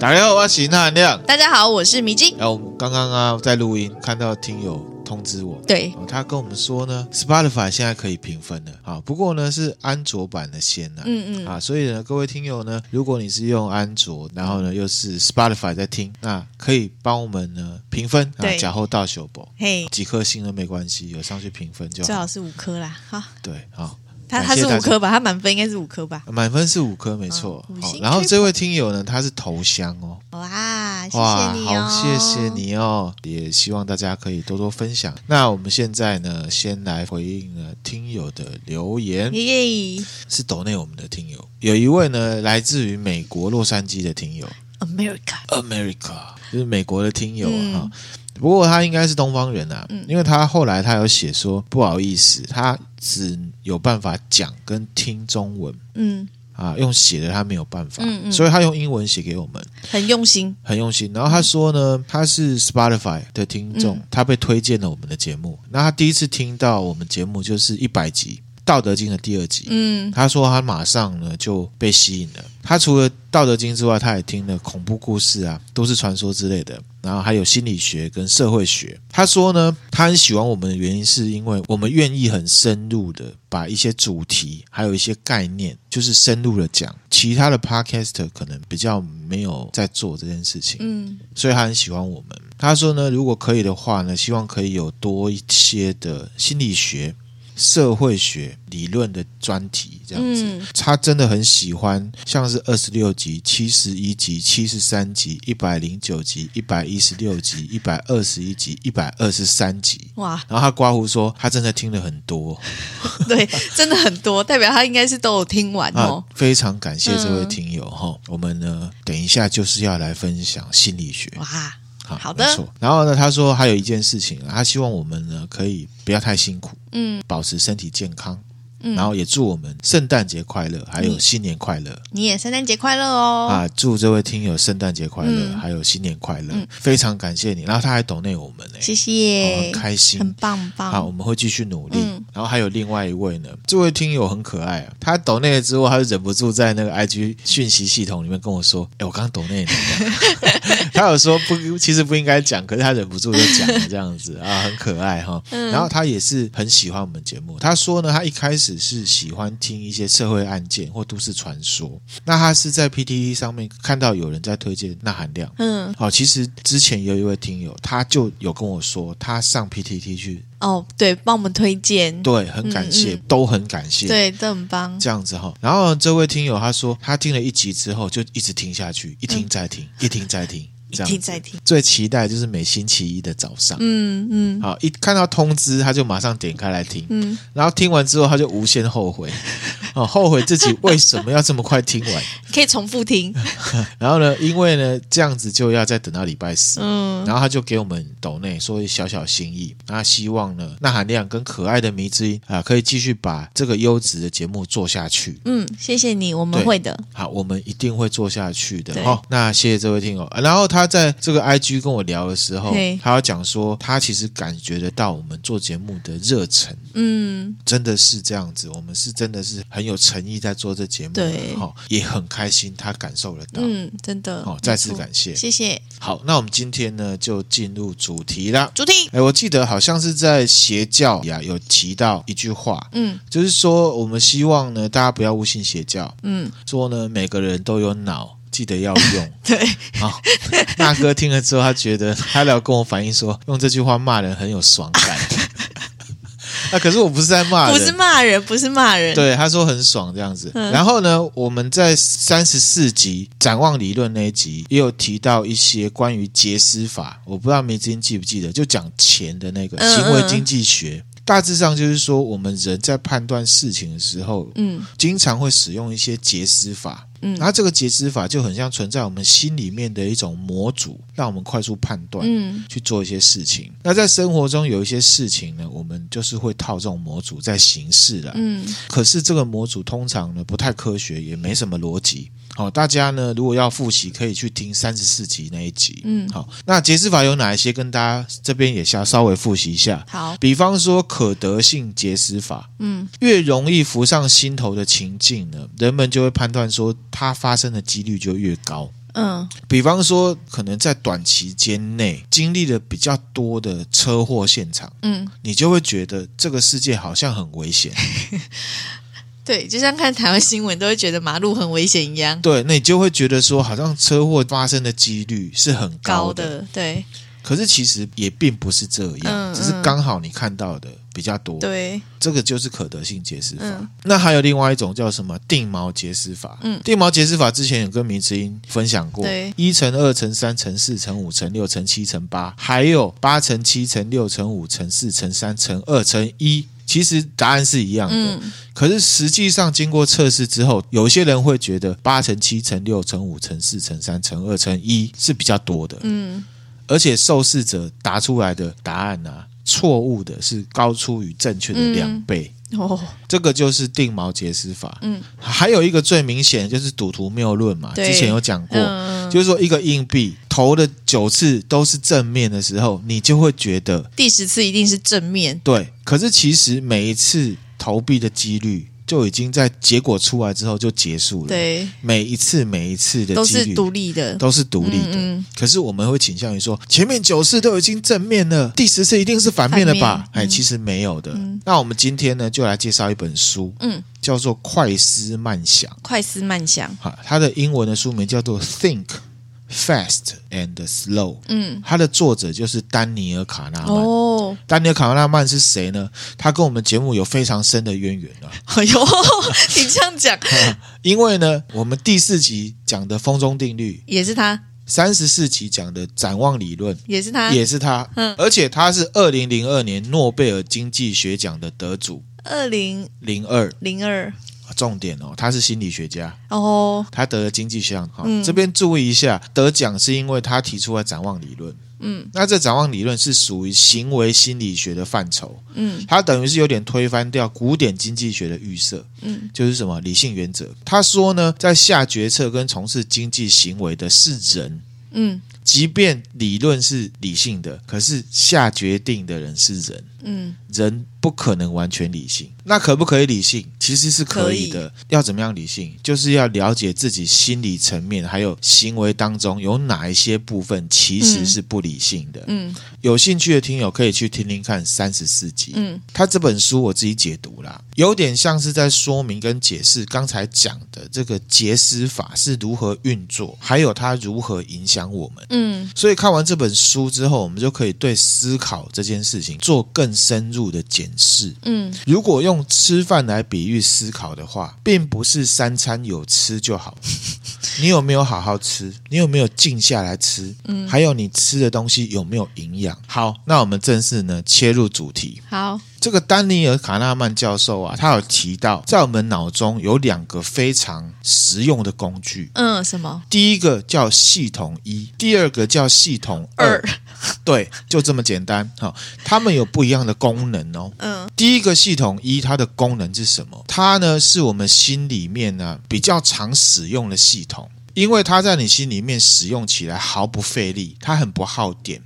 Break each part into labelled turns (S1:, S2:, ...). S1: 大家好，我是汉亮。
S2: 大家好，我是米基。
S1: 然后我们刚刚啊在录音，看到听友通知我，
S2: 对
S1: 哦他跟我们说呢，Spotify 现在可以评分了啊，不过呢是安卓版的先啊，
S2: 嗯嗯
S1: 啊，所以呢各位听友呢，如果你是用安卓，然后呢又是 Spotify 在听，那可以帮我们呢评分啊，
S2: 对
S1: 假后到修博
S2: 嘿，
S1: 几颗星都没关系，有上去评分就
S2: 最
S1: 好
S2: 好，是五颗啦，哈，
S1: 对，好。
S2: 他他
S1: 感谢
S2: 是
S1: 大
S2: 五
S1: 家
S2: 颗吧？他满分应该是五颗吧？
S1: 满分是五颗，没错。
S2: 嗯五
S1: 好
S2: 星
S1: 然后
S2: 吹
S1: 这位听友呢，他是头香哦，
S2: 哇，谢
S1: 哇，
S2: 谢你哦，
S1: 好，谢谢。你哦，也希望大家可以多多分享。那我们现在呢，先来回应呢听友的留言，
S2: 耶，
S1: 是抖内我们的听友，有一位呢来自于美国洛杉矶的听友
S2: America，
S1: ，America，就是美国的听友啊。
S2: 嗯
S1: 哈不过他应该是东方人啊，因为他后来他有写说不好意思，他只有办法讲跟听中文
S2: 嗯，
S1: 啊，用写的他没有办法，
S2: 嗯嗯
S1: 所以他用英文写给我们。
S2: 很用心，
S1: 很用心。然后他说呢，他是 Spotify 的听众，
S2: 嗯
S1: 他被推荐了我们的节目。那他第一次听到我们节目就是一百集《道德经》的第二集。
S2: 嗯，
S1: 他说他马上呢就被吸引了。他除了《道德经》之外，他也听了恐怖故事啊、都市传说之类的，然后还有心理学跟社会学。他说呢，他很喜欢我们的原因是因为我们愿意很深入的把一些主题还有一些概念，就是深入的讲。其他的 podcaster 可能比较没有在做这件事情，
S2: 嗯，
S1: 所以他很喜欢我们。他说呢，如果可以的话呢，希望可以有多一些的心理学、社会学理论的专题这样子。
S2: 嗯
S1: 他真的很喜欢，像是二十六集、七十一集、七十三集、一百零九集、一百一十六集、一百二十一集、一百二十三集。
S2: 哇，
S1: 然后他刮胡说，他真的听了很多
S2: 对，真的很多，代表他应该是都有听完
S1: 啊
S2: 哦。，嗯
S1: 非常感谢这位听友哈、我们呢，等一下就是要来分享心理学。
S2: 哇，
S1: 啊好
S2: 好
S1: 没
S2: 的
S1: 错。然后呢，他说还有一件事情，他希望我们呢可以不要太辛苦，
S2: 嗯，
S1: 保持身体健康，
S2: 嗯
S1: 然后也祝我们圣诞节快乐，还有新年快乐。
S2: 你也圣诞节快乐哦。
S1: 啊！祝这位听友圣诞节快乐，
S2: 嗯
S1: 还有新年快乐，非常感谢你。然后他还懂内我们呢、
S2: 谢
S1: 我
S2: 谢
S1: 很，哦开心，
S2: 很棒很
S1: 好，
S2: 棒。
S1: 我们会继续努力。
S2: 啊嗯
S1: 然后还有另外一位呢，这位听友很可爱啊，他抖内了之后，他就忍不住在那个 IG 讯息系统里面跟我说：“哎，我刚抖内你。” 他有说不，其实不应该讲，可是他忍不住就讲了这样子啊，很可爱哈。
S2: 嗯
S1: 然后他也是很喜欢我们节目，他说呢，他一开始是喜欢听一些社会案件或都市传说，那他是在 PTT 上面看到有人在推荐那含量。
S2: 嗯，
S1: 好，其实之前有一位听友，他就有跟我说，他上 PTT 去
S2: 哦，对，帮我们推荐，
S1: 对，很感谢，
S2: 嗯嗯
S1: 都很感谢。。
S2: 对，这很棒。
S1: 这样子哈，然后这位听友他说，他听了一集之后就一直听下去，一听再听， 一听再听，
S2: 嗯一
S1: 这样
S2: 听
S1: 子。
S2: 再听，
S1: 最期待就是每星期一的早上，
S2: 嗯嗯
S1: 好，一看到通知他就马上点开来听，
S2: 嗯，
S1: 然后听完之后他就无限后 悔，哦，后悔自己为什么要这么快听完。
S2: 可以重复听。
S1: 然后呢，因为呢这样子就要再等到礼拜四，
S2: 嗯，
S1: 然后他就给我们抖内说小小心意，那希望呢，那含量跟可爱的迷之音啊，可以继续把这个优质的节目做下去。
S2: 嗯，谢谢你，我们
S1: 对
S2: 会的。
S1: 好，我们一定会做下去的。
S2: 对
S1: 好、那谢谢这位听友。啊然后他在这个 IG 跟我聊的时候
S2: 嘿，
S1: 他要讲说，他其实感觉得到我们做节目的热忱，
S2: 嗯，
S1: 真的是这样子。我们是真的是很有诚意在做这节目的，
S2: 对
S1: 好、也很开心，他感受得到。
S2: 嗯，真的。
S1: 好、再次
S2: 没错
S1: 感谢。
S2: 谢谢。
S1: 好，那我们今天呢就进入主题啦。
S2: 主题，
S1: 哎，我记得好像是在邪教呀有提到一句话，
S2: 嗯
S1: 就是说我们希望呢大家不要误信邪教，
S2: 嗯，
S1: 说呢每个人都有脑，记得要用。
S2: 对，
S1: 好，那哥听了之后，他觉得他来跟我反映说，用这句话骂人很有爽感。 啊，可是我不是在骂人，啊
S2: 不是骂人，不是骂人。嗯
S1: 对，他说很爽这样子。然后呢，我们在三十四集展望理论那一集也有提到一些关于节思法，我不知道明之记不记得，就讲钱的那个
S2: 嗯
S1: 行为
S2: 嗯
S1: 经济学。大致上就是说，我们人在判断事情的时候，
S2: 嗯
S1: 经常会使用一些节思法。
S2: 嗯
S1: 然后这个节思法就很像存在我们心里面的一种模组，让我们快速判断。
S2: 嗯
S1: 去做一些事情。那在生活中有一些事情呢，我们就是会套这种模组在行事了。
S2: 嗯
S1: 可是这个模组通常呢不太科学，也没什么逻辑。好、大家呢如果要复习，可以去听三十四集那一集。
S2: 嗯，
S1: 好、那解释法有哪一些？跟大家这边也稍稍微复习一下。
S2: 好，
S1: 比方说可得性解释法，
S2: 嗯
S1: 越容易浮上心头的情境呢，人们就会判断说它发生的几率就越高。
S2: 嗯
S1: 比方说，可能在短期间内经历了比较多的车祸现场，
S2: 嗯，
S1: 你就会觉得这个世界好像很危险。
S2: 对，就像看台湾新闻都会觉得马路很危险一样，
S1: 对，那你就会觉得说，好像车祸发生的几率是很高
S2: 高
S1: 的。
S2: 的，对
S1: 可是其实也并不是这样，
S2: 嗯
S1: 只是刚好你看到的比较多。
S2: 对，
S1: 这个就是可得性解释法。
S2: 嗯
S1: 那还有另外一种叫什么定锚解释法。
S2: 嗯
S1: 定锚解释法之前有跟迷之音分享过
S2: 对，
S1: 一乘二乘三乘四乘五乘六乘七乘八，还有八乘七乘六乘五乘四乘三乘二乘一。其实答案是一样的，
S2: 嗯
S1: 可是实际上经过测试之后，有些人会觉得八乘七乘六乘五乘四乘三乘二乘一是比较多的，
S2: 嗯，
S1: 而且受试者答出来的答案啊，错误的是高出于正确的两倍。
S2: 哦，
S1: 这个就是定锚解释法，
S2: 嗯
S1: 还有一个最明显的就是赌徒谬论嘛，
S2: 对
S1: 之前有讲过，
S2: 嗯，
S1: 就是说一个硬币投了九次都是正面的时候，你就会觉得
S2: 第十次一定是正面，
S1: 对，可是其实每一次投币的几率就已经在结果出来之后就结束了，
S2: 对，
S1: 每一次每一次的
S2: 都
S1: 几
S2: 是
S1: 率
S2: 独立的，
S1: 都是独立的。
S2: 嗯嗯
S1: 可是我们会倾向于说，前面九次都已经正面了，第十次一定是反面了吧？
S2: 反面
S1: 哎，
S2: 嗯
S1: 其实没有的。那我们今天呢，就来介绍一本书，
S2: 嗯，
S1: 叫做《快思慢想》
S2: 快思慢想，
S1: 哈，它的英文的书名叫做《Think Fast and Slow》，
S2: 嗯，
S1: 它的作者就是丹尼尔·卡纳曼。
S2: 哦，
S1: 丹尼尔·卡纳曼是谁呢？他跟我们节目有非常深的渊源啊，
S2: 哎呦， 你这样讲
S1: 因为呢，我们第四集讲的风中定律，
S2: 也是他，
S1: 三十四集讲的展望理论，
S2: 也是他，
S1: 也是他，
S2: 嗯
S1: 而且他是二零零二年诺贝尔经济学奖的得主。
S2: 二零
S1: 零二，
S2: 零二，
S1: 重点哦，他是心理学家，
S2: 哦，
S1: 他得了经济学奖。哈、
S2: 嗯
S1: 这边注意一下，得奖是因为他提出了展望理论。
S2: 嗯
S1: 那这展望理论是属于行为心理学的范畴，
S2: 嗯
S1: 它等于是有点推翻掉古典经济学的预设，
S2: 嗯
S1: 就是什么理性原则。他说呢，在下决策跟从事经济行为的是人，
S2: 嗯
S1: 即便理论是理性的，可是下决定的人是人。
S2: 嗯，
S1: 人不可能完全理性，那可不可以理性？其实是可以的。
S2: 嗯
S1: 要怎么样理性？就是要了解自己心理层面，还有行为当中有哪一些部分其实是不理性的。
S2: 嗯
S1: 有兴趣的听友可以去听听看三十四集。
S2: 嗯
S1: 他这本书我自己解读啦，有点像是在说明跟解释刚才讲的这个结思法是如何运作，还有它如何影响我们。
S2: 嗯
S1: 所以看完这本书之后，我们就可以对思考这件事情做更深入的检视。
S2: 嗯，
S1: 如果用吃饭来比喻思考的话，并不是三餐有吃就好，你有没有好好吃？你有没有静下来吃？嗯，还有你吃的东西有没有营养？好，那我们正式呢切入主题。
S2: 好，
S1: 这个丹尼尔·卡纳曼教授啊，他有提到，在我们脑中有两个非常实用的工具，
S2: 嗯，什么
S1: 第一个叫系统一，第二个叫系统二
S2: 二，，
S1: 对，就这么简单。好、它们有不一样的功能哦。
S2: 嗯
S1: 第一个系统一，它的功能是什么？它呢是我们心里面呢比较常使用的系统，因为它在你心里面使用起来毫不费力，它很不耗电，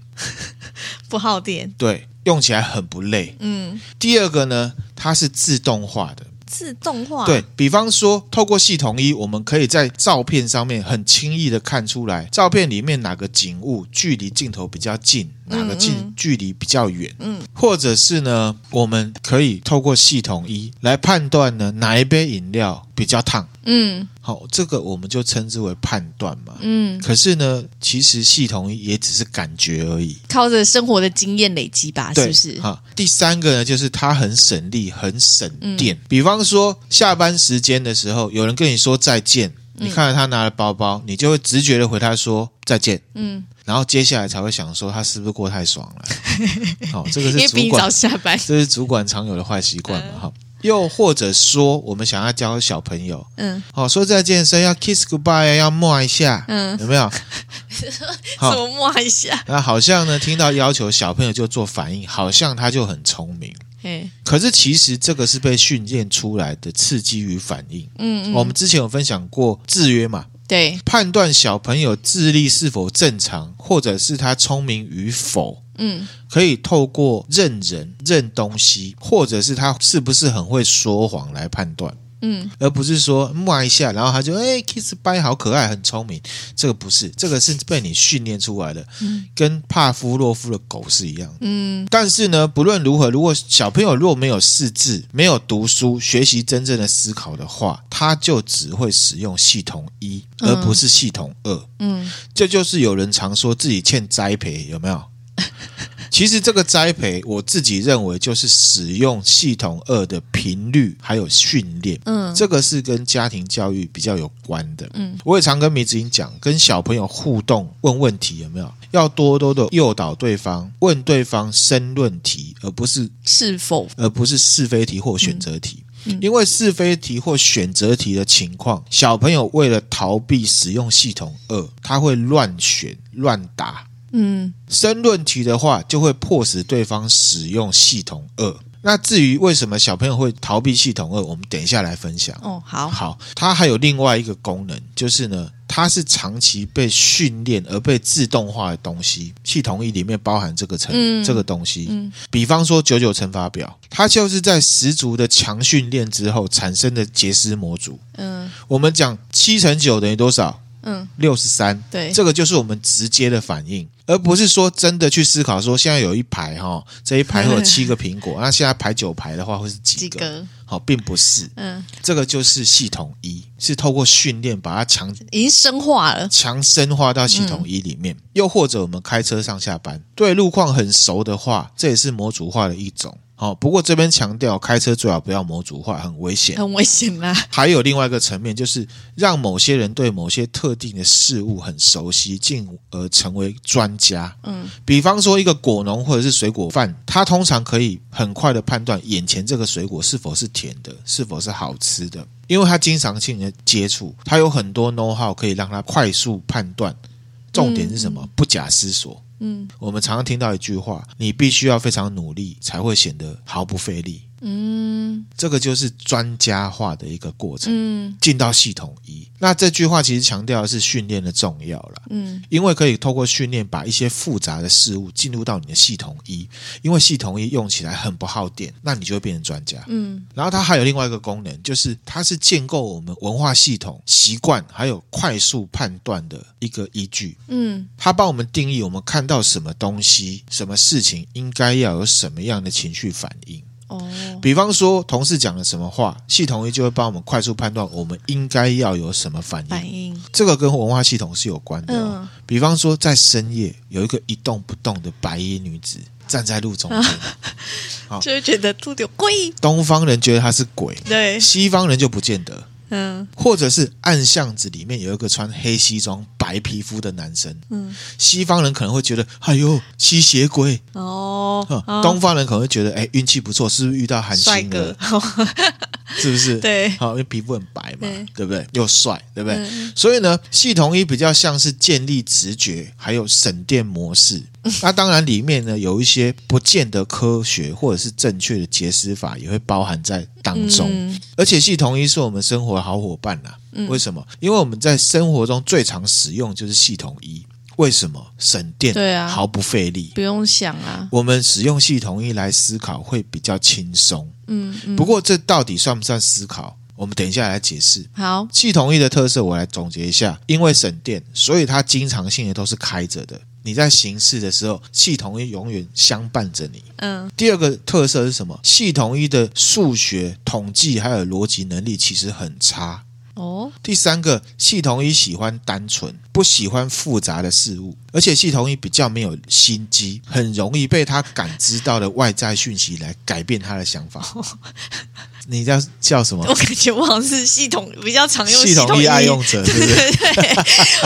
S2: 不耗电，
S1: 对，用起来很不累。
S2: 嗯，
S1: 第二个呢，它是自动化的，
S2: 自动化，
S1: 对，比方说，透过系统一，我们可以在照片上面很轻易的看出来，照片里面哪个景物距离镜头比较近，哪个近、
S2: 嗯嗯
S1: 距离比较远，
S2: 嗯，
S1: 或者是呢，我们可以透过系统一来判断呢哪一杯饮料比较烫。
S2: 嗯
S1: 好，这个我们就称之为判断嘛。
S2: 嗯，
S1: 可是呢，其实系统一也只是感觉而已，
S2: 靠着生活的经验累积吧，是
S1: 对，
S2: 不是？
S1: 哈，第三个呢，就是它很省力，很省
S2: 嗯
S1: 电。比方说下班时间的时候，有人跟你说再见，
S2: 嗯
S1: 你看到他拿了包包，你就会直觉的回他说再见。
S2: 嗯，
S1: 然后接下来才会想说他是不是过太爽 了？好、这个
S2: 因为
S1: 是
S2: 比
S1: 主
S2: 你
S1: 管
S2: 早，下班，
S1: 这是主管常有的坏习惯嘛？哈、又或者说我们想要教小朋友，
S2: 嗯，
S1: 好、说再见的时候要 kiss goodbye，要摸一下，
S2: 嗯
S1: 有没 有？
S2: 怎
S1: 好
S2: 么摸一下？
S1: 那好像呢，听到要求小朋友就做反应，好像他就很聪明。
S2: 嘿，
S1: 可是其实这个是被训练出来的刺激与反应。
S2: 嗯嗯，
S1: 我们之前有分享过制约嘛，
S2: 对，
S1: 判断小朋友智力是否正常，或者是他聪明与否，
S2: 嗯
S1: 可以透过认人、认东西，或者是他是不是很会说谎来判断。
S2: 嗯，
S1: 而不是说骂一下，然后他就哎、kiss bye 好可爱，很聪明。这个不是，这个是被你训练出来的，跟帕夫洛夫的狗是一样的。
S2: 嗯，
S1: 但是呢，不论如何，如果小朋友如果没有识字、没有读书、学习真正的思考的话，他就只会使用系统一，
S2: 嗯
S1: 而不是系统二。
S2: 嗯，
S1: 这就是有人常说自己欠栽培，有没有？其实这个栽培，我自己认为就是使用系统二的频率还有训练，
S2: 嗯
S1: 这个是跟家庭教育比较有关的。
S2: 嗯，
S1: 我也常跟梅子英讲，跟小朋友互动问问题有没有？要多多的诱导对方，问对方申论题，而不是
S2: 是否
S1: 而不是是非题或选择题。
S2: 嗯
S1: 因为是非题或选择题的情况，小朋友为了逃避使用系统二，他会乱选乱答。
S2: 嗯
S1: 申论题的话，就会迫使对方使用系统二。那至于为什么小朋友会逃避系统二，我们等一下来分享。
S2: 哦好
S1: 好，它还有另外一个功能，就是呢，它是长期被训练而被自动化的东西。系统一里面包含这个成、
S2: 嗯
S1: 这个东西，
S2: 嗯
S1: 比方说九九乘法表，它就是在十足的强训练之后产生的杰斯模组。
S2: 嗯
S1: 我们讲七乘九等于多少？
S2: 嗯
S1: 六十三。
S2: 对
S1: 这个就是我们直接的反应，而不是说真的去思考说现在有一排哈、这一排会有七个苹 果，那现在排九排的话会是几
S2: 几
S1: 个？
S2: 个
S1: 好、并不是。
S2: 嗯
S1: 这个就是系统一，是透过训练把它强
S2: 已经深化了
S1: 强深化到系统一里面。又或者我们开车上下班，对路况很熟的话，这也是模组化的一种。好、不过这边强调，开车最好不要模组化，很危险。
S2: 很危险啦
S1: 还有另外一个层面，就是让某些人对某些特定的事物很熟悉，进而成为专家。
S2: 嗯
S1: 比方说，一个果农或者是水果贩，他通常可以很快的判断眼前这个水果是否是甜的，是否是好吃的，因为他经常性的接触，他有很多 know how 可以让他快速判断。重点是什么？不假思索。
S2: 嗯
S1: 我们常常听到一句话：你必须要非常努力，才会显得毫不费力。
S2: 嗯
S1: 这个就是专家化的一个过程。
S2: 嗯
S1: 进到系统一。那这句话其实强调的是训练的重要了。
S2: 嗯
S1: 因为可以透过训练把一些复杂的事物进入到你的系统一，因为系统一用起来很不耗电，那你就会变成专家。
S2: 嗯
S1: 然后它还有另外一个功能，就是它是建构我们文化系统、习惯还有快速判断的一个依据。
S2: 嗯
S1: 它帮我们定义我们看到什么东西、什么事情应该要有什么样的情绪反应。
S2: 哦
S1: 比方说，同事讲了什么话，系统一就会帮我们快速判断我们应该要有什么反应。
S2: 反应
S1: 这个跟文化系统是有关的、哦。
S2: 哎嗯
S1: 比方说，在深夜有一个一动不动的白衣女子站在路中间，
S2: 啊就会觉得秃顶贵
S1: 东方人觉得她是鬼，
S2: 对
S1: 西方人就不见得。
S2: 嗯
S1: 或者是暗巷子里面有一个穿黑西装、白皮肤的男生，
S2: 嗯
S1: 西方人可能会觉得哎呦吸血鬼，
S2: 哦
S1: 哼
S2: 哦
S1: 东方人可能会觉得哎运气不错，是不是遇到韩
S2: 帅
S1: 星了
S2: 哥？
S1: 是不是？
S2: 对
S1: 好，因为皮肤很白嘛
S2: 对，嗯
S1: 对不对？又帅，对不对？所以呢，系统一比较像是建立直觉，还有省电模式。 那当然，里面呢有一些不见得科学或者是正确的解释法，也会包含在当中。
S2: 嗯
S1: 而且，系统一是我们生活的好伙伴啦、为什么？因为我们在生活中最常使用就是系统一。为什么省电？
S2: 对啊
S1: 毫不费力。
S2: 不用想啊
S1: 我们使用系统一来思考会比较轻松。
S2: 嗯嗯
S1: 不过这到底算不算思考？我们等一下来解释。
S2: 好
S1: 系统一的特色，我来总结一下：因为省电，所以它经常性的都是开着的。你在行事的时候，系统一永远相伴着你。
S2: 嗯
S1: 第二个特色是什么？系统一的数学、统计还有逻辑能力其实很差。
S2: 哦
S1: 第三个，系统一喜欢单纯，不喜欢复杂的事物，而且系统一比较没有心机，很容易被他感知到的外在讯息来改变他的想 法。你叫叫什么？
S2: 我感觉我好像是系统比较常用
S1: 系统
S2: 一
S1: 一爱用者，对不对？
S2: 对对，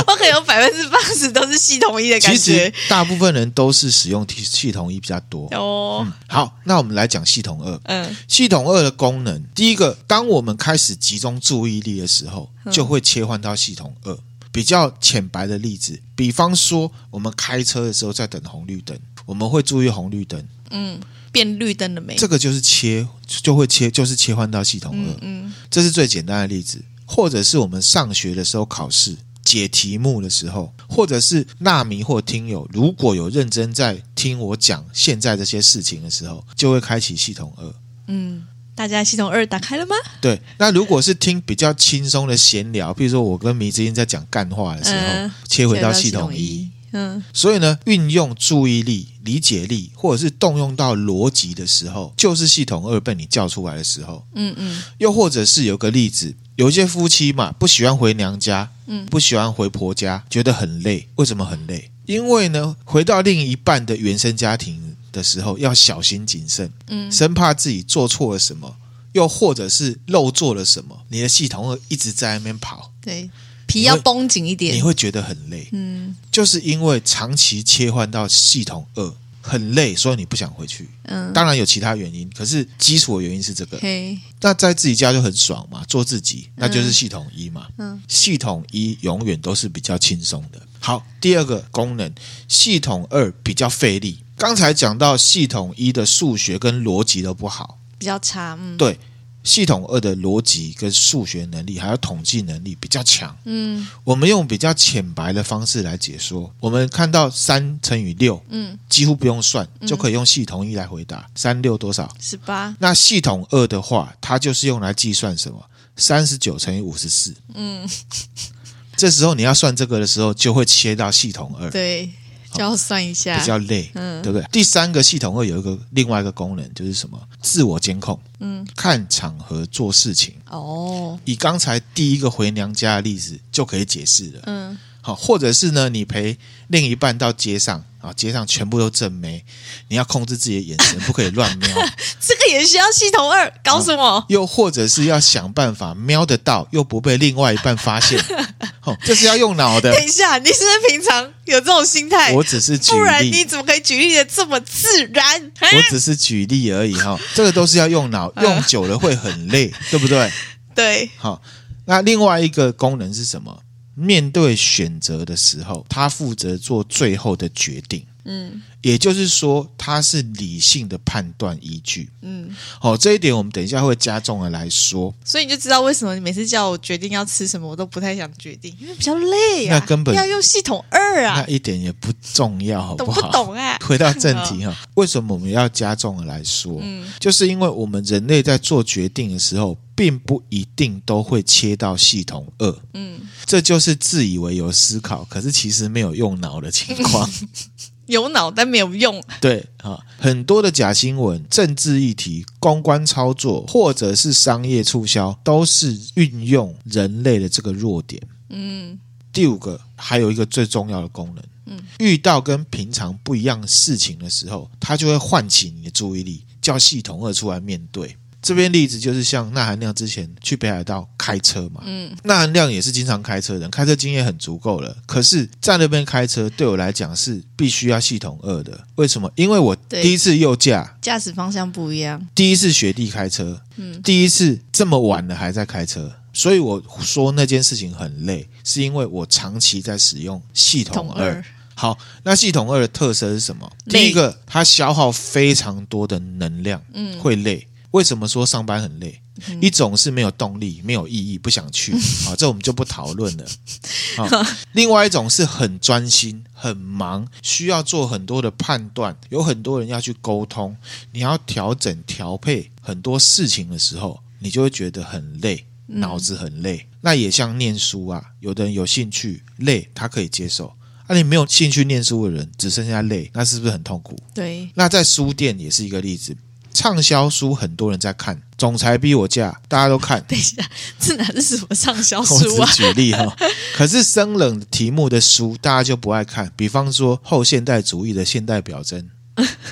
S2: 我可能有百分之八十都是系统一的
S1: 其
S2: 感
S1: 实
S2: 觉。
S1: 大部分人都是使用系系统一比较多。嗯
S2: 哦，
S1: 好，那我们来讲系统二。
S2: 嗯
S1: 系统二的功能，第一个，当我们开始集中注意力的时候，就会切换到系统二。比较浅白的例子，比方说我们开车的时候在等红绿灯，我们会注意红绿灯，
S2: 嗯，变绿灯了没？
S1: 这个就是切，就会切，就是切换到系统二。
S2: 嗯
S1: 这是最简单的例子，或者是我们上学的时候考试解题目的时候，或者是纳米或听友如果有认真在听我讲现在这些事情的时候，就会开启系统二。
S2: 嗯大家系统二打开了吗？
S1: 对，那如果是听比较轻松的闲聊，譬如说我跟迷之音在讲干话的时候，
S2: 嗯
S1: 切回到系
S2: 统
S1: 统一。，
S2: 嗯，
S1: 所以呢，运用注意力、理解力，或者是动用到逻辑的时候，就是系统二被你叫出来的时候。
S2: 嗯嗯
S1: 又或者是有个例子，有一些夫妻嘛，不喜欢回娘家，
S2: 嗯
S1: 不喜欢回婆家，觉得很累。为什么很累？因为呢，回到另一半的原生家庭的时候，要小心谨慎，
S2: 嗯
S1: 生怕自己做错了什么，又或者是漏做了什么，你的系统会一直在那边跑，
S2: 对，皮要
S1: 你会
S2: 绷紧一
S1: 你
S2: 点，
S1: 会觉得很累，
S2: 嗯
S1: 就是因为长期切换到系统二。很累，所以你不想回去。
S2: 嗯，
S1: 当然有其他原因，可是基础的原因是这个。
S2: 嘿，
S1: 那在自己家就很爽嘛，做自己，那就是系统一嘛。
S2: 嗯，
S1: 系统一永远都是比较轻松的。好，第二个功能，系统二比较费力。刚才讲到系统一的数学跟逻辑都不好，
S2: 比较差，嗯，
S1: 对，系统二的逻辑跟数学能力还有统计能力比较强。
S2: 嗯
S1: 我们用比较浅白的方式来解说，我们看到三乘以六
S2: 嗯，
S1: 几乎不用算，就可以用系统一来回答。三六多少？
S2: 十八，
S1: 那系统二的话，它就是用来计算什么？三十九乘以五十四。
S2: 嗯，
S1: 这时候你要算这个的时候，就会切到系统二，
S2: 对，就要算一下
S1: 比，较累，
S2: 嗯
S1: 对不对？第三个系统二有一个另外一个功能，就是什么？自我监控，
S2: 嗯，
S1: 看场合做事情。
S2: 哦，
S1: 以刚才第一个回娘家的例子就可以解释了。
S2: 嗯
S1: 好，或者是呢，你陪另一半到街上啊，街上全部都正妹，你要控制自己的眼神，不可以乱瞄。
S2: 这个也需要系统二，搞什么？
S1: 又或者是要想办法瞄得到，又不被另外一半发 现。哦，这是要用脑的。
S2: 等一下，你是不是平常有这种心态？
S1: 我只是举
S2: 不然你哎
S1: 例，
S2: 怎么可以举例的这么自然？
S1: 我只是举例而已哈、这个都是要用 脑，用久了会很累，对不对？
S2: 对，
S1: 好、那另外一个功能是什么？面对选择的时候，他负责做最后的决定，
S2: 嗯
S1: 也就是说，他是理性的判断依据。
S2: 嗯，
S1: 好、这一点我们等一下会加重的来说。
S2: 所以你就知道为什么你每次叫我决定要吃什么，我都不太想决定，因为比较累啊。
S1: 那根本
S2: 要用系统二
S1: 那
S2: 啊，
S1: 一点也不重要，好
S2: 懂
S1: 好？
S2: 不懂啊？
S1: 回到正题哈，为什么我们要加重的来说？
S2: 嗯
S1: 就是因为我们人类在做决定的时候，并不一定都会切到系统二，
S2: 嗯，
S1: 这就是自以为有思考，可是其实没有用脑的情况。
S2: 有脑但没有用。
S1: 对啊，很多的假新闻、政治议题、公关操作，或者是商业促销，都是运用人类的这个弱点。
S2: 嗯
S1: 第五个还有一个最重要的功能，
S2: 嗯
S1: 遇到跟平常不一样的事情的时候，它就会唤起你的注意力，叫系统二出来面对。这边例子就是像那含亮之前去北海道开车嘛，
S2: 嗯
S1: 那含亮也是经常开车的人，开车经验很足够了。可是，在那边开车对我来讲是必须要系统二的，为什么？因为我
S2: 对
S1: 第一次右驾，
S2: 驾驶方向不一样。
S1: 第一次学弟开车，
S2: 嗯
S1: 第一次这么晚了还在开车，所以我说那件事情很累，是因为我长期在使用系统
S2: 统
S1: 二
S2: 二。
S1: 好，那系统二的特色是什么？
S2: 累
S1: 第一个，它消耗非常多的能量，
S2: 嗯
S1: 会累。为什么说上班很累？一种是没有动力、没有意义，不想
S2: 嗯
S1: 去，好、这我们就不讨论 了。好、另外一种是很专心、很忙，需要做很多的判断，有很多人要去沟通，你要调整、调配很多事情的时候，你就会觉得很累，
S2: 嗯
S1: 脑子很累。那也像念书啊，有的人有兴趣，累他可以接受。啊，你没有兴趣念书的人，只剩下累，那是不是很痛苦？
S2: 对，
S1: 那在书店也是一个例子，畅销书很多人在看，《总裁逼我嫁》大家都看，
S2: 等一下，这哪是什么畅 销
S1: 我
S2: 书啊
S1: 只？举例哈、可是生冷题目的书大家就不爱看，比方说后现代主义的现代表征。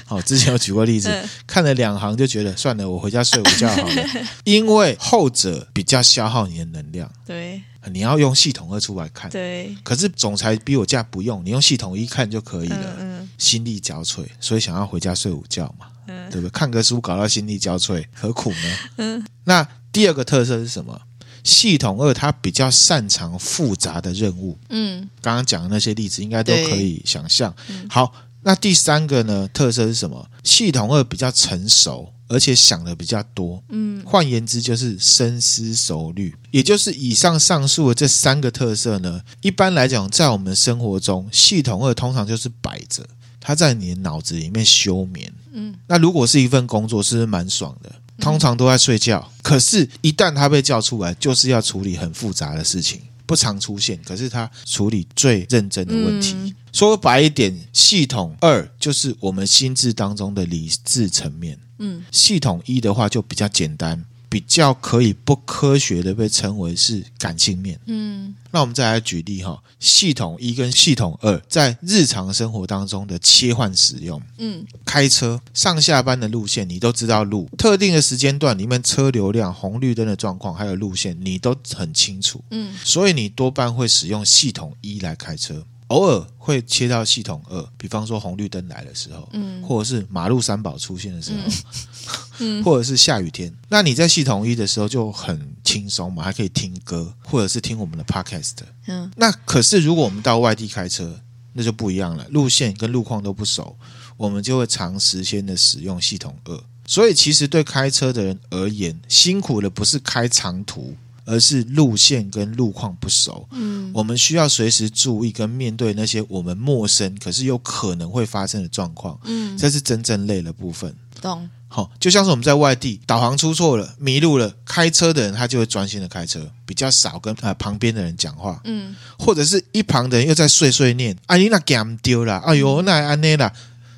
S1: 好，之前有举过例子
S2: 嗯，
S1: 看了两行就觉得算了，我回家睡午觉好了， 因为后者比较消耗你的能量，
S2: 对
S1: 你要用系统二出来看。
S2: 对，
S1: 可是总裁逼我嫁不用，你用系统一看就可以了。
S2: 嗯
S1: 心力交瘁，所以想要回家睡午觉嘛，
S2: 嗯
S1: 对不对？看个书搞到心力交瘁，何苦 呢？那第二个特色是什么？系统二它比较擅长复杂的任务，
S2: 嗯
S1: 刚刚讲的那些例子应该都
S2: 对
S1: 可以想象
S2: 嗯。
S1: 好，那第三个呢特色是什么？系统二比较成熟，而且想的比较多。
S2: 嗯
S1: 换言之，就是深思熟虑。也就是以上上述的这三个特色呢，一般来讲，在我们生活中，系统二通常就是摆着，它在你的脑子里面休眠。
S2: 嗯，
S1: 那如果是一份工作，是不是蛮爽的？通常都在睡觉，可是，一旦他被叫出来，就是要处理很复杂的事情，不常出现，可是他处理最认真的问题。
S2: 嗯
S1: 说白一点，系统二就是我们心智当中的理智层面。
S2: 嗯，
S1: 系统一的话就比较简单，比较可以不科学的被称为是感性面。
S2: 嗯，
S1: 那我们再来举例哈，系统一跟系统二在日常生活当中的切换使用。
S2: 嗯，
S1: 开车上下班的路线你都知道路，特定的时间段里面车流量、红绿灯的状况还有路线你都很清楚，
S2: 嗯，
S1: 所以你多半会使用系统一来开车，偶尔会切到系统二，比方说红绿灯来的时候，
S2: 嗯
S1: 或者是马路三宝出现的时候，
S2: 嗯
S1: 或者是下雨天，那你在系统一的时候就很轻松嘛，还可以听歌，或者是听我们的 podcast。
S2: 嗯，
S1: 那可是如果我们到外地开车，那就不一样了，路线跟路况都不熟，我们就会长时间的使用系统二。所以其实对开车的人而言，辛苦的不是开长途，而是路线跟路况不熟。
S2: 嗯，
S1: 我们需要随时注意跟面对那些我们陌生，可是有可能会发生的状况，
S2: 嗯，
S1: 这是真正累的部分。
S2: 懂，
S1: 好、就像是我们在外地导航出错了、迷路了，开车的人他就会专心的开车，比较少跟呃旁边的人讲话。
S2: 嗯，
S1: 或者是一旁的人又在碎碎念：“啊，你那 g a 丢啦，哎呦，那安内啦。”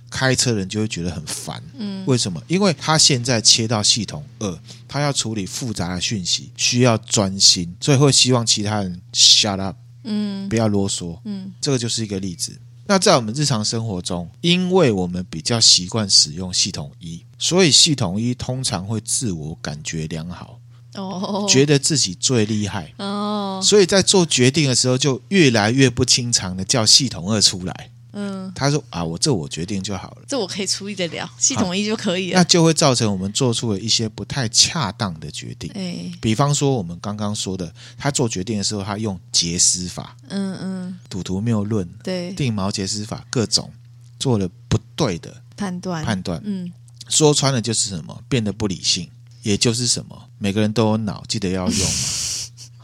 S1: 开车人就会觉得很烦，
S2: 嗯，
S1: 为什么？因为他现在切到系统二，他要处理复杂的讯息，需要专心，所以会希望其他人 shut up，
S2: 嗯，
S1: 不要啰嗦。
S2: 嗯，
S1: 这个就是一个例子。那在我们日常生活中，因为我们比较习惯使用系统一，所以系统一通常会自我感觉良好，
S2: 哦，
S1: 觉得自己最厉害，
S2: 哦，
S1: 所以在做决定的时候，就越来越不经常的叫系统二出来。
S2: 嗯，
S1: 他说：“啊，我这我决定就好了。
S2: 这我可以处理得了，系统一就可”以
S1: 那
S2: 了。
S1: 就会造成我们做出了一些不太恰当的决定。
S2: 哎，
S1: 比方说，我们刚刚说的，他做决定的时候，他用杰思法、
S2: 嗯嗯，
S1: 赌徒谬论、
S2: 对，
S1: 定锚杰思法各种做了不对的
S2: 判断，
S1: 判断。
S2: 嗯
S1: 说穿了就是什么，变得不理性，也就是什么，每个人都有脑，记得要用 嘛。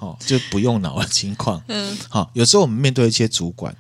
S1: 哦，就不用脑的情况。
S2: 嗯
S1: 好、有时候我们面对一些主管，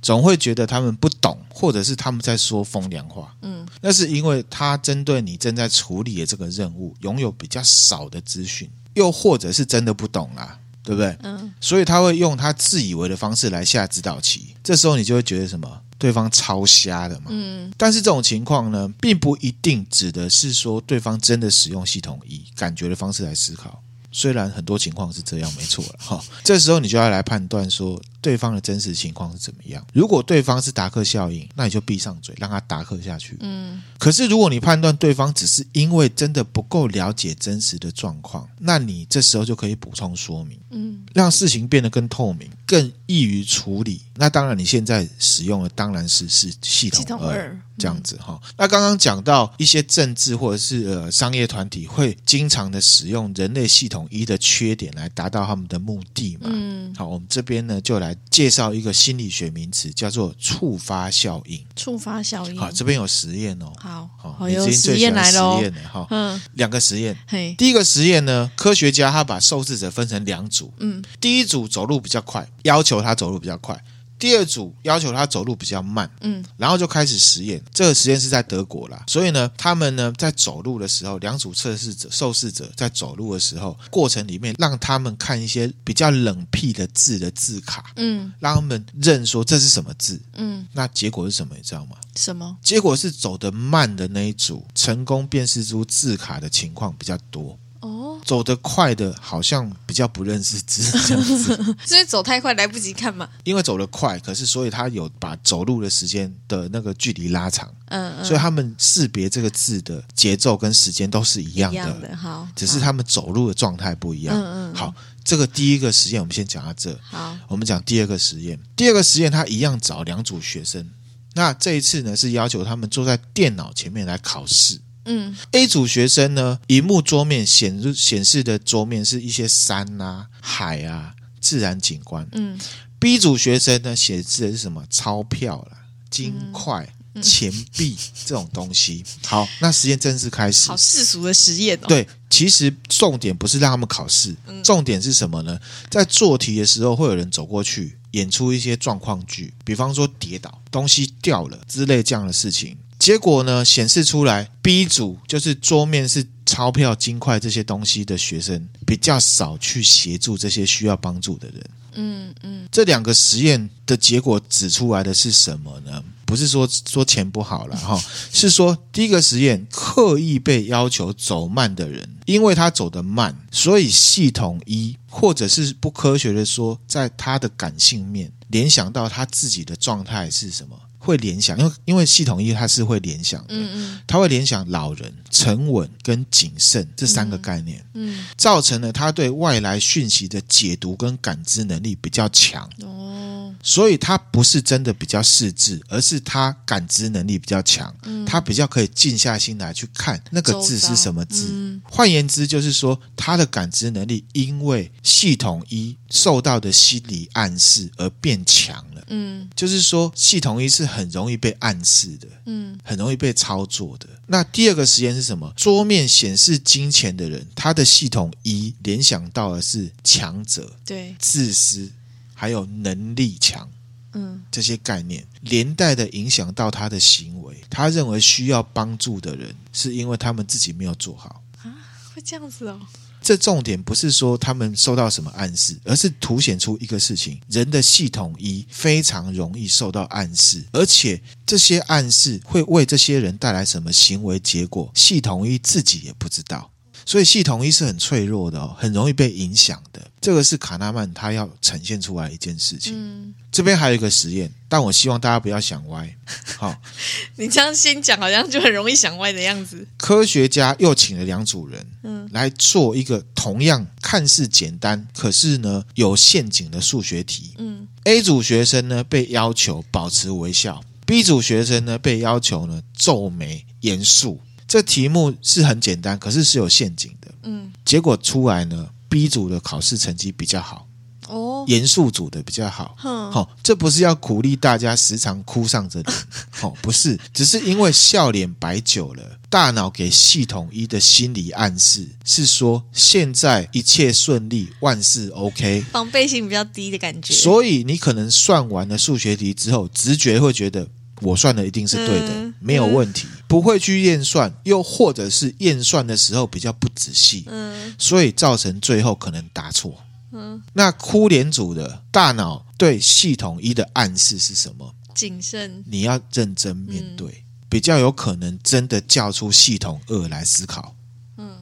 S1: 总会觉得他们不懂，或者是他们在说风凉话。
S2: 嗯，
S1: 那是因为他针对你正在处理的这个任务，拥有比较少的资讯，又或者是真的不懂啦、对不对？
S2: 嗯
S1: 所以他会用他自以为的方式来下指导棋。这时候你就会觉得什么？对方超瞎的嘛。
S2: 嗯
S1: 但是这种情况呢，并不一定指的是说对方真的使用系统一感觉的方式来思考。虽然很多情况是这样，没错了哈、这时候你就要来判断说对方的真实情况是怎么样。如果对方是达克效应，那你就闭上嘴，让他达克下去。
S2: 嗯
S1: 可是，如果你判断对方只是因为真的不够了解真实的状况，那你这时候就可以补充说明，
S2: 嗯
S1: 让事情变得更透明，更易于处理。那当然，你现在使用的当然是是系
S2: 系
S1: 统
S2: 统
S1: 二
S2: 二
S1: 这样子哈、那刚刚讲到一些政治或者是呃商业团体会经常的使用人类系统一的缺点来达到他们的目的嘛。
S2: 嗯，
S1: 好，我们这边呢就来介绍一个心理学名词，叫做触发效应。
S2: 触发效应，
S1: 好，这边有实验哦。
S2: 好，
S1: 好，
S2: 哎好
S1: 你
S2: 有
S1: 今天最
S2: 实
S1: 喜
S2: 验
S1: 欢
S2: 来
S1: 实
S2: 喽，
S1: 验的哈，
S2: 嗯
S1: 两个实验。
S2: 嘿，
S1: 第一个实验呢，科学家他把受试者分成两组，
S2: 嗯
S1: 第一组走路比较快，要求他走路比较快；第二组要求他走路比较慢，
S2: 嗯
S1: 然后就开始实验。这个实验是在德国啦，所以呢，他们呢在走路的时候，两组测试者、受试者在走路的时候过程里面，让他们看一些比较冷僻的字的字卡，
S2: 嗯
S1: 让他们认说这是什么字。
S2: 嗯，
S1: 那结果是什么？你知道吗？
S2: 什么？
S1: 结果是走得慢的那一组，成功辨识出字卡的情况比较多；
S2: 哦，
S1: 走得快的，好像比较不认识字这样子。
S2: 所以走太快来不及看嘛，
S1: 因为走得快，可是所以他有把走路的时间的那个距离拉长，
S2: 嗯嗯，
S1: 所以他们识别这个字的节奏跟时间都是一样
S2: 一
S1: 的，
S2: 样的，好，
S1: 只是
S2: 好
S1: 他们走路的状态不一样。
S2: 嗯嗯嗯
S1: 好，这个第一个实验我们先讲到这。
S2: 好，
S1: 我们讲第二个实验，第二个实验他一样找两组学生，那这一次呢是要求他们坐在电脑前面来考试。
S2: 嗯
S1: A 组学生呢，荧幕桌面显示显示的桌面是一些山啊、海啊、自然景观。
S2: 嗯
S1: B 组学生呢，显示的是什么？钞票啦、金块、钱币这种东西。好，那实验正式开始
S2: 好。世俗的实验哦，，
S1: 对，其实重点不是让他们考试，重点是什么呢？在做题的时候，会有人走过去演出一些状况剧，比方说跌倒、东西掉了之类这样的事情。结果呢，显示出来 B 组就是桌面是钞票、金块这些东西的学生比较少去协助这些需要帮助的人。
S2: 嗯嗯，
S1: 这两个实验的结果指出来的是什么呢？不是说说钱不好了哈、 是说第一个实验刻意被要求走慢的人，因为他走得慢，所以系统一或者是不科学的说，在他的感性面联想到他自己的状态是什么，会联想，因为因为系统一它是会联想的，
S2: 嗯
S1: 他会联想老人、沉稳跟谨慎这三个概念。
S2: 嗯
S1: 造成了他对外来讯息的解读跟感知能力比较强，
S2: 嗯，哦，
S1: 所以他不是真的比较识字，而是他感知能力比较强，
S2: 嗯
S1: 他比较可以静下心来去看那个字是什么字。
S2: 嗯
S1: 换言之，就是说他的感知能力因为系统一受到的心理暗示而变强了。
S2: 嗯
S1: 就是说，系统一是很容易被暗示的，
S2: 嗯
S1: 很容易被操作的。那第二个实验是什么？桌面显示金钱的人，他的系统一联想到的是强者、
S2: 对，
S1: 自私，还有能力强
S2: 嗯
S1: 这些概念，连带的影响到他的行为。他认为需要帮助的人，是因为他们自己没有做好。
S2: 啊，会这样子哦，
S1: 这重点不是说他们受到什么暗示，而是凸显出一个事情：人的系统一非常容易受到暗示，而且这些暗示会为这些人带来什么行为结果，系统一自己也不知道。所以系统一是很脆弱的、哦，很容易被影响的。这个是卡纳曼他要呈现出来一件事情。
S2: 嗯，
S1: 这边还有一个实验，但我希望大家不要想歪。好、
S2: 你这样先讲，好像就很容易想歪的样子，
S1: 科学家又请了两组人，
S2: 嗯
S1: 来做一个同样看似简单，可是呢有陷阱的数学题。
S2: 嗯
S1: A 组学生呢被要求保持微笑，B 组学生呢被要求呢皱眉严肃。这题目是很简单，可是是有陷阱的。
S2: 嗯，
S1: 结果出来呢，B 组的考试成绩比较好，
S2: 哦，
S1: 严肃组的比较好。
S2: 哼，
S1: 好、这不是要鼓励大家时常哭丧着脸， 好、不是，只是因为笑脸摆久了，大脑给系统一的心理暗示是说，现在一切顺利，万事 OK。
S2: 防备心比较低的感觉，
S1: 所以你可能算完了数学题之后，直觉会觉得我算的一定是对的，
S2: 嗯
S1: 没有问题，不会去验算，又或者是验算的时候比较不仔细，
S2: 嗯
S1: 所以造成最后可能答错。
S2: 嗯，
S1: 那哭脸组的大脑对系统一的暗示是什么？
S2: 谨慎，
S1: 你要认真面对，比较有可能真的叫出系统二来思考。
S2: 嗯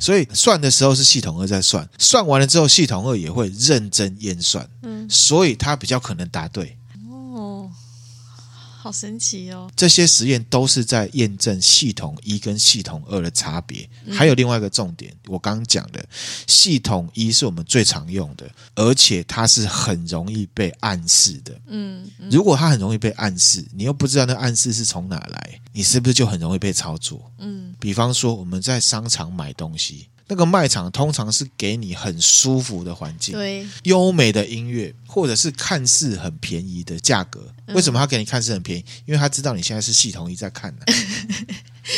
S1: 所以算的时候是系统二在算，算完了之后系统二也会认真验算，
S2: 嗯，
S1: 所以他比较可能答对。
S2: 哦，好神奇哦，
S1: 这些实验都是在验证系统一跟系统二的差别。
S2: 嗯
S1: 还有另外一个重点，我刚刚讲的，系统一是我们最常用的，而且它是很容易被暗示的。
S2: 嗯嗯
S1: 如果它很容易被暗示，你又不知道那暗示是从哪来，你是不是就很容易被操作？
S2: 嗯
S1: 比方说，我们在商场买东西，那个卖场通常是给你很舒服的环境，
S2: 对，
S1: 优美的音乐，或者是看似很便宜的价格。
S2: 嗯
S1: 为什么他给你看似很便宜？因为他知道你现在是系统一在看 呢、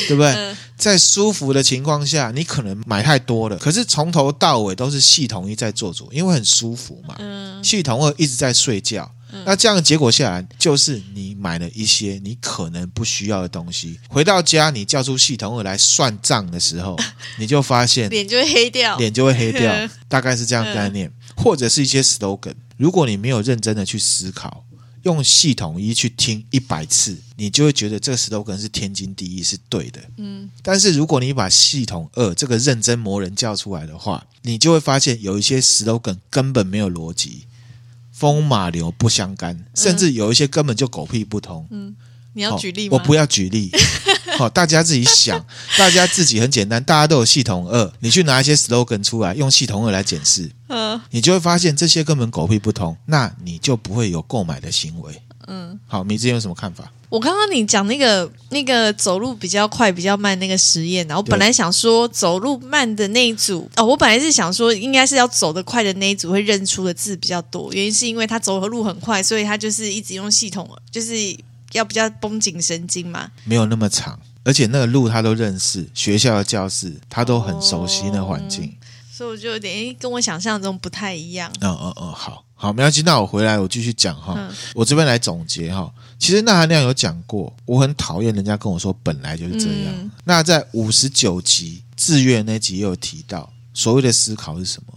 S1: 对不对？
S2: 嗯
S1: 在舒服的情况下，你可能买太多了，可是从头到尾都是系统一在做主，因为很舒服嘛。
S2: 嗯
S1: 系统二一直在睡觉。那这样的结果下来，就是你买了一些你可能不需要的东西，回到家你叫出系统二来算账的时 候，你就发现
S2: 脸就会黑掉，
S1: 脸就会黑掉
S2: 嗯，
S1: 大概是这样概念，或者是一些 slogan。如果你没有认真的去思考，用系统一去听一百次，你就会觉得这个 slogan 是天经地义，是对的。
S2: 嗯
S1: 但是如果你把系统二这个认真磨人叫出来的话，你就会发现有一些 slogan 根本没有逻辑，风马牛不相干，甚至有一些根本就狗屁不通。
S2: 嗯，你要
S1: 哦
S2: 举例
S1: 我
S2: 吗？
S1: 不要举例。好、大家自己想，大家自己很简单，大家都有系统二，你去拿一些 slogan 出来，用系统二来检视，
S2: 嗯
S1: 你就会发现这些根本狗屁不通，那你就不会有购买的行为。
S2: 嗯。
S1: 好，米之前有什么看法？
S2: 我刚刚你讲那个那个走路比较快、比较慢那个实验，然后本来想说走路慢的那一组哦，我本来是想说应该是要走得快的那一组会认出的字比较多，原因是因为他走的路很快，所以他就是一直用系统，就是要比较绷紧神经嘛。
S1: 没有那么长，而且那个路他都认识，学校的教室他都很熟悉那环境。
S2: 所以我就有点诶，跟我想象中不太一样。
S1: 嗯嗯嗯，好好，没关系。那我回来我继续讲哈，
S2: 嗯
S1: 我这边来总结哈。其实那含量有讲过，我很讨厌人家跟我说本来就是这样。
S2: 嗯
S1: 那在五十九集自愿那集也有提到，所谓的思考是什么？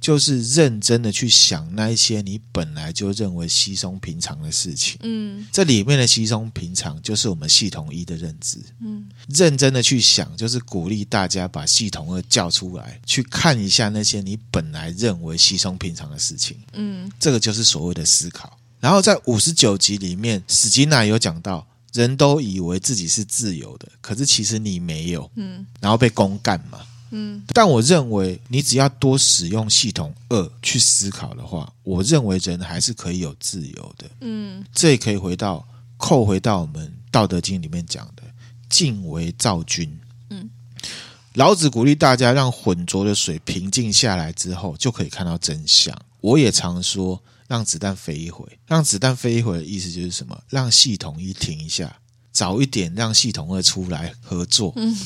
S1: 就是认真的去想那一些你本来就认为稀松平常的事情。
S2: 嗯
S1: 这里面的稀松平常，就是我们系统一的认知。
S2: 嗯
S1: 认真的去想，就是鼓励大家把系统二叫出来，去看一下那些你本来认为稀松平常的事情，
S2: 嗯
S1: 这个就是所谓的思考。然后在五十九集里面，史金娜有讲到，人都以为自己是自由的，可是其实你没有，
S2: 嗯
S1: 然后被公干嘛。
S2: 嗯
S1: 但我认为，你只要多使用系统二去思考的话，我认为人还是可以有自由的。
S2: 嗯
S1: 这也可以回到扣回到我们《道德经》里面讲的“静为躁君”。
S2: 嗯，
S1: 老子鼓励大家让浑浊的水平静下来之后，就可以看到真相。我也常说，让子弹飞一回。让子弹飞一回的意思就是什么？让系统一停一下，早一点让系统二出来合作。
S2: 嗯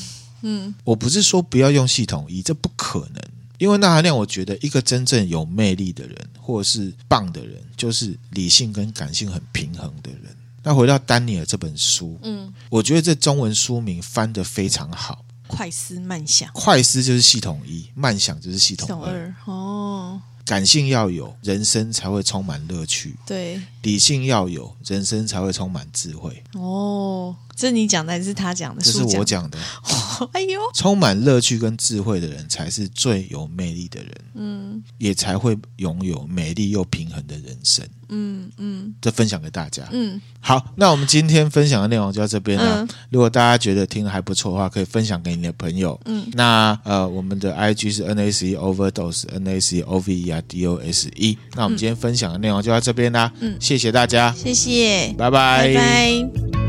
S1: 我不是说不要用系统一，这不可能。因为那含量，我觉得一个真正有魅力的人，或者是棒的人，就是理性跟感性很平衡的人。那回到丹尼尔这本书，
S2: 嗯，
S1: 我觉得这中文书名翻得非常好。
S2: 快思慢想。
S1: 快思就是系统一，慢想就是系
S2: 小
S1: 统二。
S2: 二哦，
S1: 感性要有，人生才会充满乐趣；
S2: 对
S1: 理性要有，人生才会充满智慧。
S2: 哦，这你讲的还是他讲的？
S1: 这是
S2: 树
S1: 我讲的。
S2: 讲的， 哎呦，
S1: 充满乐趣跟智慧的人，才是最有魅力的人。
S2: 嗯
S1: 也才会拥有美丽又平衡的人生。
S2: 嗯嗯
S1: 这分享给大家。
S2: 嗯，
S1: 好，那我们今天分享的内容就到这边了。
S2: 嗯
S1: 如果大家觉得听的还不错的话，可以分享给你的朋友。
S2: 嗯，
S1: 那呃，我们的 IG 是 NAC E Overdose N A C O V E R D O S E。那我们今天分享的内容就到这边啦。嗯，谢谢大家，
S2: 谢谢，
S1: 拜拜
S2: 拜